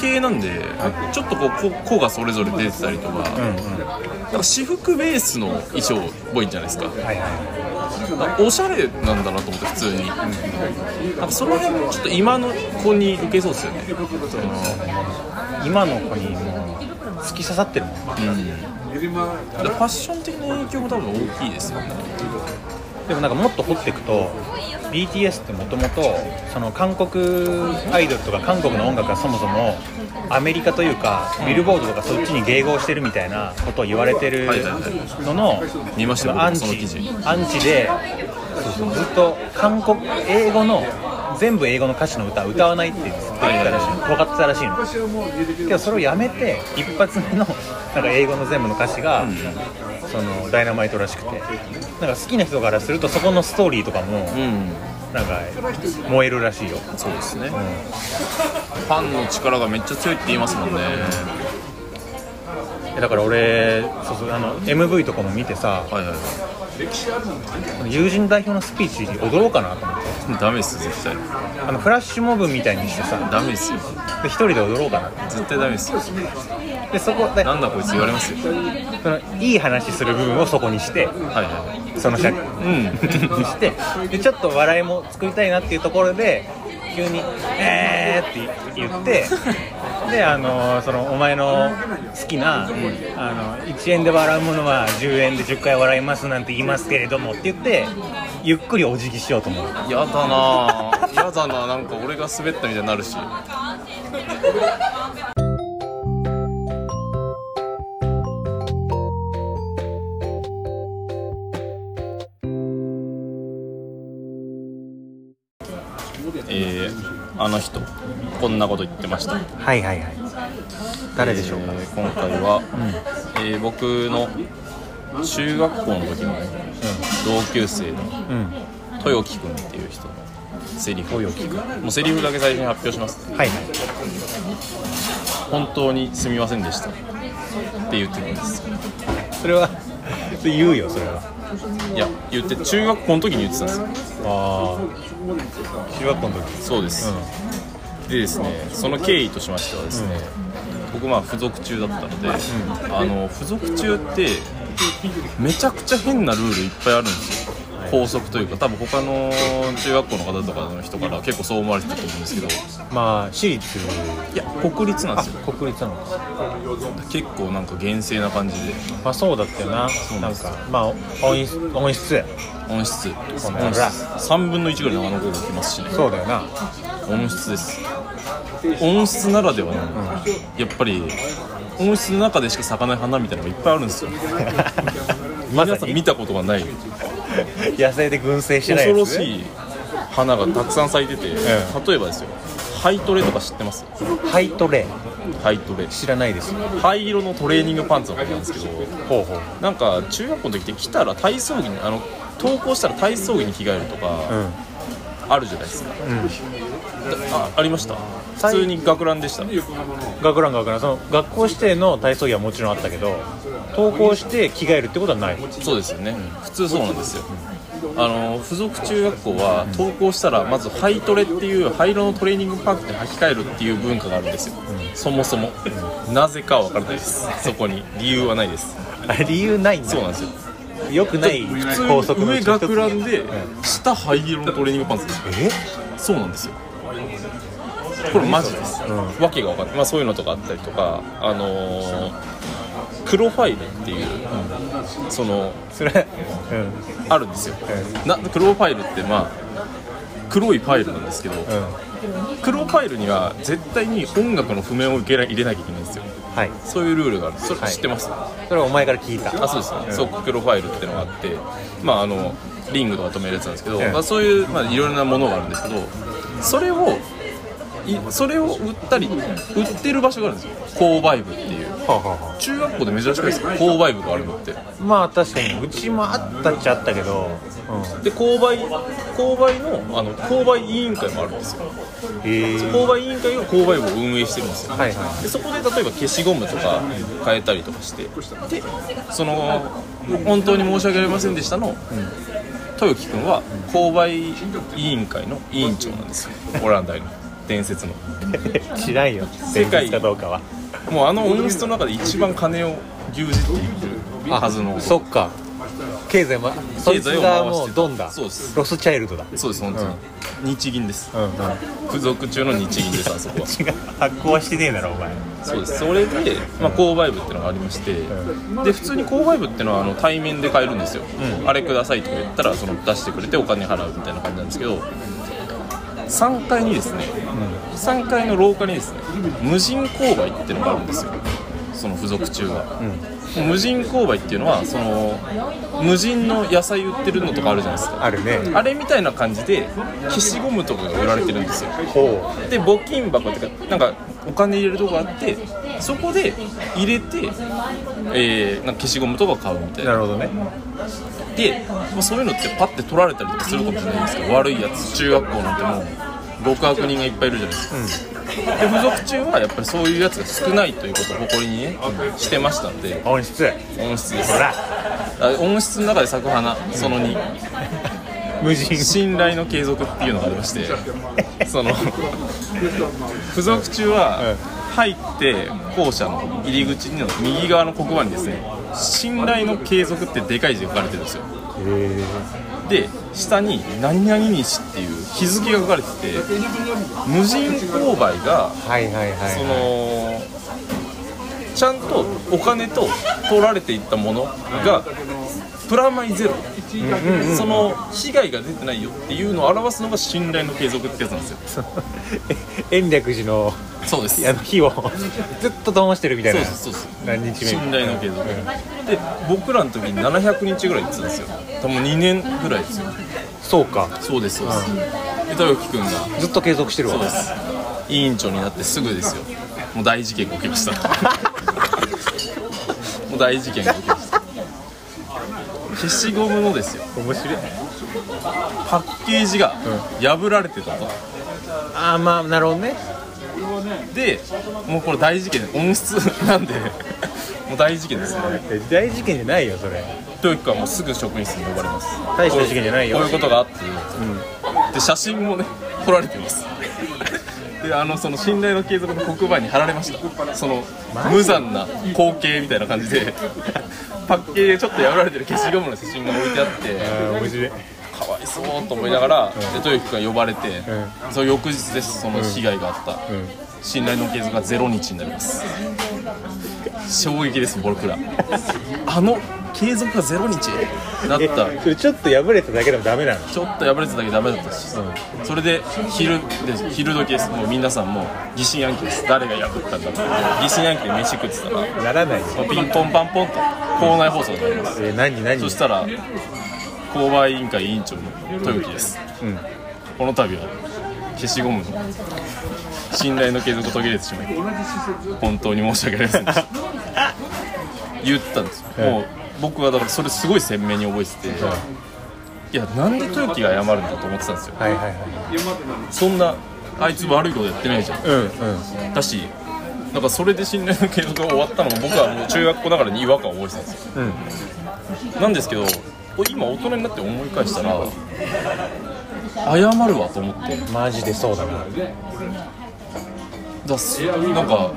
A: 系なんで、ちょっとこうこ個がそれぞれ出てたりとか,、なんか私服ベースの衣装っぽいんじゃないですか
B: はいは
A: なんかおしゃれなんだなと思って普通に、なんかその辺もちょっと今の子に受けそうですよね、
B: い今の子にもう突き刺さってるもん
A: だからファッション的な影響も多分大きいですよね
B: でもなんかもっと掘っていくと BTS ってもともとその韓国アイドルとか韓国の音楽がそもそもアメリカというかビルボードとかそっちに迎合してるみたいなことを言われてる
A: はいはいは
B: のの
A: 見ましたよ
B: アン
A: 僕もその
B: チ
A: 記事
B: アンチでそうそうずっと韓国英語の全部英語の歌詞の歌を歌わないってずっと言ってたらしいの分かってたらしいのけどそれをやめて一発目のなんか英語の全部の歌詞が、そのダイナマイトらしくてなんか好きな人からするとそこのストーリーとかも
A: うん
B: なんか燃えるらしいよ、
A: そうですね、
B: う
A: ファンの力がめっちゃ強いって言いますもんね
B: ん、だから俺そうそうあの MV とかも見てさ
A: はいはいはい
B: 友人代表のスピーチに踊ろうかなと思って
A: ダメです絶対
B: あのフラッシュモブみたいにしてさ
A: ダメですよ
B: で一人で踊ろうかなって
A: 絶対ダメですよ
B: でそこで
A: なんだこいつ言われますよ
B: そのいい話する部分をそこにして
A: はいは
B: その社に
A: いうん
B: してでちょっと笑いも作りたいなっていうところで急に「えー!」って言 ってであのそのお前の好きな、あの1円で笑うものは10円で10回笑いますなんて言いますけれどもって言ってゆっくりお辞儀しようと思う
A: やだなぁやだなぁなんか俺が滑ったみたいになるしえー、あの人こんなこと言ってました
B: はいはいはい誰でしょうか、
A: えー今回は、えー僕の中学校の時の同級生の
B: うん
A: 豊木君っていう人のセリフもうセリフだけ最初に発表します
B: はいはい
A: 本当にすみませんでしたって言ってるんです
B: それは それ言うよそれはい
A: や言って中学校の時に言ってたんですよ
B: ああ中学校の時
A: そうです、でですねその経緯としましてはですね、僕まあ付属中だったので、あの付属中ってめちゃくちゃ変なルールいっぱいあるんですよ校則というか多分他の中学校の方とかの人から結構そう思われてたと思うんですけどい
B: まあ私立
A: や国立なんで
B: あ
A: すよ
B: 国立なのか
A: 結構なんか厳正な感じで
B: まあそうだったよななんかまあ音質音質や
A: 音質
B: この
A: 音質
B: 裏
A: 3分の1ぐらいのあの子が来ますしね
B: そうだ よな
A: 音質です音質ならではの、やっぱり音質の中でしか咲かない花みたいなのがいっぱいあるんですよ
B: ま
A: 皆
B: さ
A: さん
B: に
A: 見たことがない
B: 野生で群生してない
A: 恐
B: やつ
A: ろしい花がたくさん咲いてて、
B: ん
A: 例えばですよハイトレとか知ってます
B: ハイトレ
A: ハイトレ
B: 知らないです
A: 灰色のトレーニングパンツのことなんですけど
B: ほうほう
A: なんか中学校の時って来たら体操着にあの登校したら体操着に着替えると
B: う
A: か
B: ん
A: あるじゃないですか、
B: ん
A: あありました普通に学ランでした
B: 学ラン学ランその学校指定の体操着はもちろんあったけど登校して着替えるってことはない
A: そうですよね、普通そうなんですよ、あの付属中学校は登校したらまず肺トレっていう灰色のトレーニングパンツで履き替えるっていう文化があるんですよ、そもそも、なぜかは分からないですそこに理由はないです
B: あれ理由ないん
A: そう
B: だ
A: なんですよ
B: よくない
A: 普
B: 法
A: 通
B: 則のう
A: 上
B: ちの一つ
A: 学ランで
B: うん
A: 下灰色のトレーニングパンツです
B: え
A: そうなんですよこれマジです、
B: う
A: わけが分かんない、まあ、そういうのとかあったりとかあのークロファイルっていう、その
B: それうんうん
A: あるんですよな黒ファイルってまあ黒いファイルなんですけど、
B: うん
A: 黒ファイルには絶対に音楽の譜面を受けら入れなきゃいけないんですよ
B: はい
A: そういうルールがあるそれ
B: はい
A: 知ってます、
B: それはお前から聞いた
A: あそうですね、そう黒ファイルってのがあってまああのリングとか止めるやつなんですけど、
B: うん
A: まあ、そういう、まあ、いろいろなものがあるんですけどそれをいそれを売ったり売ってる場所があるんですよ購買部っていう
B: はあはあはあ
A: 中学校で珍しくないですか購買部があるのって
B: まあ確かにうちもあったっちゃあったけど、う
A: で購買購買のあの購買委員会もあるんですよ
B: ん、へえ
A: 購買委員会が購買部を運営してるんですよ
B: はいは
A: でそこで例えば消しゴムとか変えたりとかしてでその本当に申し訳ありませんでしたの、豊木君は購買委員会の委員長なんですよオランダの伝説の
B: 知らんよ
A: 世
B: 伝
A: 界
B: 説かどうかは
A: もうあの音質の中で一番金を牛耳っているはずの
B: そっか経済もそいつがもうドンだ
A: そうです
B: ロスチャイルドだ
A: そうです本当に、日銀です
B: うん、うん、違う
A: 付属中の日銀ですあそこは
B: 発行はしてねえだろお前
A: そうですそれで、まあ、購買部っていうのがありまして、で普通に購買部っていうのはあの対面で買えるんですよ、あれくださいとか言ったらその出してくれてお金払うみたいな感じなんですけど3階にですね、3階の廊下にですね無人購買っていうのがあるんですよその付属中が、無人購買っていうのはその無人の野菜売ってるのとかあるじゃないですか
B: あるね
A: あれみたいな感じで消しゴムとかが売られてるんですよ
B: ほ
A: で募金箱っていうかなんかお金入れるとこがあってそこで入れて、えーなんか消しゴムとか買うみた
B: う
A: い
B: な
A: な
B: るほどね
A: で、まあ、そういうのってパッて取られたりとかするかもしれないですけど悪いやつ中学校なんてもう極悪人がいっぱいいるじゃないですか、で付属中はやっぱりそういうやつが少ないということを誇りにねしてましたんで
B: 音質
A: 音質です
B: ほら
A: あ音質の中で咲く花その2
B: 無人
A: 信頼の継続っていうのがありましてその付属中は入って校舎の入り口の右側の黒板にですね「信頼の継続」ってでかい字が書かれてるんですよ
B: え
A: で下に「何々日」っていう日付が書かれてて無人購買が
B: ー、はいはいはい
A: そのちゃんとお金と取られていったものがプラマイゼロ、その被害が出てないよっていうのを表すのが信頼の継続ってやつなんですよ
B: え 延暦寺の
A: そうです
B: あの火をずっと灯してるみたい
A: そう
B: な
A: ですそうです
B: 何日目
A: 信頼の継続、
B: うん
A: で僕らの時に700日ぐらい行ってたんですよ多分2年ぐらいですよ
B: そうか
A: そうですそうです、で豊樹君が
B: ずっと継続してる
A: そう
B: わ
A: です委員長になってすぐですよもう大事件が起きました もう大事件が起きました消しゴムのですよ
B: 面白い
A: パッケージが破られてたと、
B: ああまあなるほどね
A: でもうこれ大事件音質なんでもう大事件ですね
B: 大事件じゃないよそれ
A: 教育はもうすぐ職員室に呼ばれます
B: 大した事件じゃないよ
A: こういうことがあって、で写真もね撮られてます であのその信頼の継続の黒板に貼られましたその無残な光景みたいな感じで パッケージでちょっと破られてる消しゴムの写真が置いてあって
B: ああ面白い
A: かわいそうと思いながら、で豊君が呼ばれて、
B: う
A: その翌日ですその被害があった、
B: うん
A: 信頼の継続がゼロ日になります衝撃です僕らあの継続がゼロ日になっ
B: え
A: た
B: それちょっと破れただけでもダメなの
A: ちょっと破れてただけダメだったし、それで昼で昼時ですもう皆さんもう疑心暗鬼です誰が破ったんだって疑心暗鬼で飯食ってたら
B: ならないよ
A: もうピンポンパンポンと校内放送になります
B: えー、何何
A: そしたら購買委員会委員長の豊木です、
B: うん
A: この度は消しゴムの信頼の継続を途切れてしまい本当に申し訳ありませんでした言ったんですよ、もう僕はだからそれすごい鮮明に覚えてて、いやなんで豊木が謝るんだと思ってたんですよ
B: はいはいは
A: そんなあいつ悪いことやってないじゃん
B: いうんうん
A: だしなんかそれで信頼の継続が終わったのも僕はもう中学校ながらに違和感を覚えてたんですよ、なんですけど今大人になって思い返したら謝るわと思って
B: マジでそうだな
A: だすなんか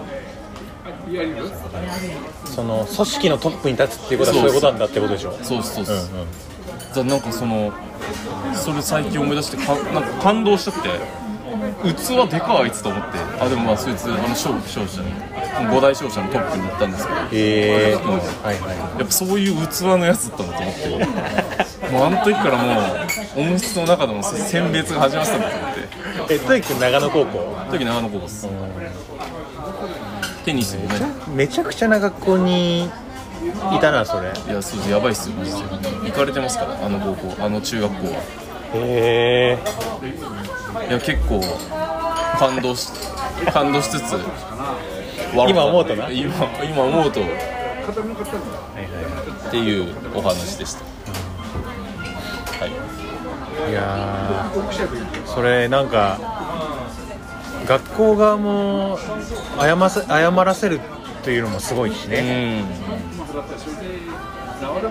B: その組織のトップに立つっていうことは
A: そ
B: そうう
A: です
B: いうことなんだってことでしょ
A: そうですそうで
B: うん
A: す、だなんかそのそれ最近思い出してかなんか感動したくて器でかあいつと思ってあでもまあそいつあの勝負勝者に五大勝者のトップに行ったんですけど
B: ええ
A: うん
B: はいは
A: やっぱそういう器のやつだったなと思ってもうあの時からもう音質の中でも選別が始まってたんだと思って
B: いえっ豊君長野高校
A: その時長野高校ですテニスもね
B: めちゃくちゃな学校にいたなそれへ
A: いやそうですやばいっすよマジで行かれてますからあの高校あの中学校は
B: え
A: いや結構感動し感動しつつ笑
B: 今思うとな
A: 今今思うとっていうお話でしたはい
B: いやーそれなんか学校側も謝ませ謝らせるというのもすごいしね、
A: だから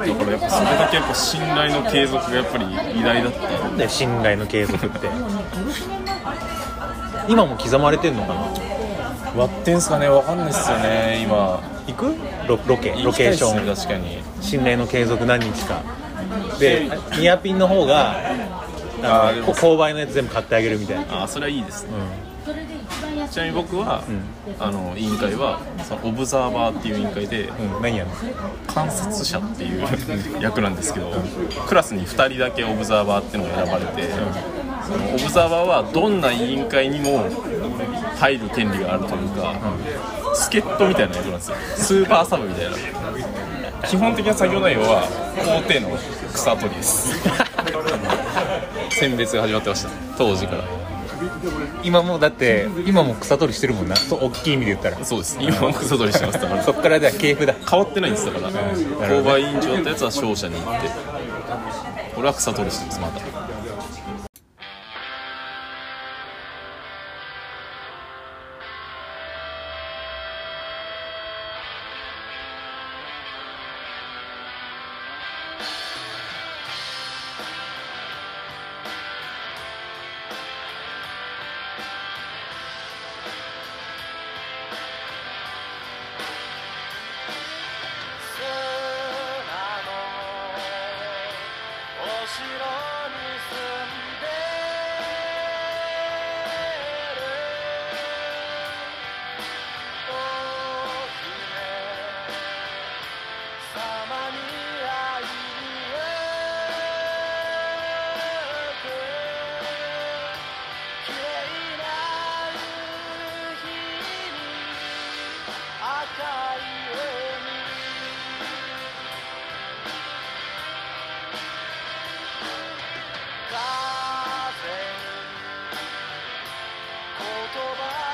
A: やっぱそれだけやっぱ信頼の継続がやっぱり偉大だった
B: で信頼の継続って今も刻まれてんのかな
A: 割ってんすかねわかんないっすよね今
B: 行くロロケロ
A: 行きた
B: ケ
A: い
B: ー
A: っ
B: シ
A: す
B: ョン
A: ね確かに
B: 心霊の継続何日かでニアピンの方があ
A: あーで
B: の
A: も
B: こ購買のやつ全部買ってあげるみたいな
A: ああそれはいいですね、
C: それで一番安い
A: ちなみに僕は、あの委員会はそのオブザーバーっていう委員会で
B: うん何やるの
A: 観察者っていう役なんですけどクラスに2人だけオブザーバーっていうのが選ばれてそのオブザーバーはどんな委員会にも入る権利があるというか助っ人みたいな役なんですよスーパーサブみたいな基本的な作業内容は校庭の草取りです選別が始まってました当時から
B: 今もうだって今も草取りしてるもんなそう大きい意味で言ったら
A: そうです今も草取りしてますだから
B: そっからでは系譜だ
A: 変わってないんですだから購買委員長だったやつは商社に行って俺は草取りしてますまた
D: 砂のお城に住んでるお姫様に会いに行く綺麗な夕日に赤い海風に言葉